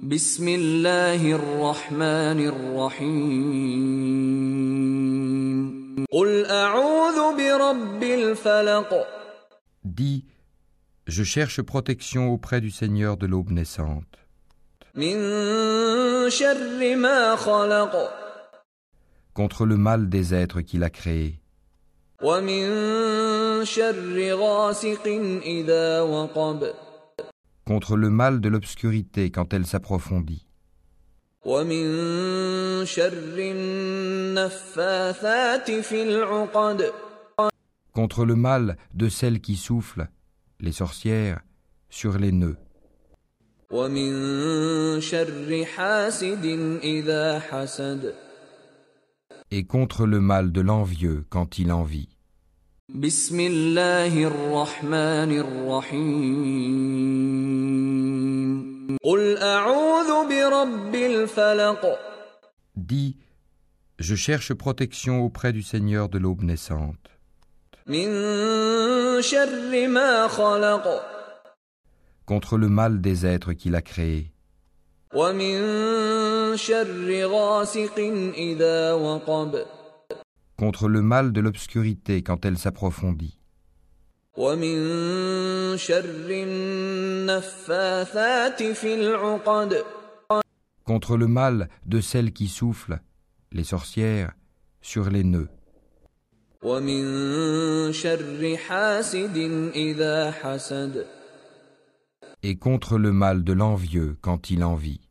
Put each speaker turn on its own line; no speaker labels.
بسم الله الرحمن الرحيم قل أعوذ برب الفلق
Dis, je cherche protection auprès du Seigneur de l'aube naissante,
من شر ما خلق
contre le mal des êtres qu'il a créés,
ومن شر غاسق إذا وقب
contre le mal de l'obscurité quand elle s'approfondit,
ومن شر النفاثات في العقد
contre le mal de celles qui soufflent, les sorcières, sur les nœuds,
ومن شر حاسد إذا حسد
et contre le mal de l'envieux quand il envie.
بسم الله الرحمن الرحيم قل أعوذ برب الفلق
Dis, je cherche protection auprès du Seigneur de l'aube naissante,
من شر ما خلق
contre le mal des êtres qu'il a créés,
ومن شر غاسق إذا وقب
contre le mal de l'obscurité quand elle s'approfondit,
ومن شر النفاثات في العقد
contre le mal de celles qui soufflent, les sorcières, sur les nœuds,
ومن شر حاسد إذا حسد
et contre le mal de l'envieux quand il envie.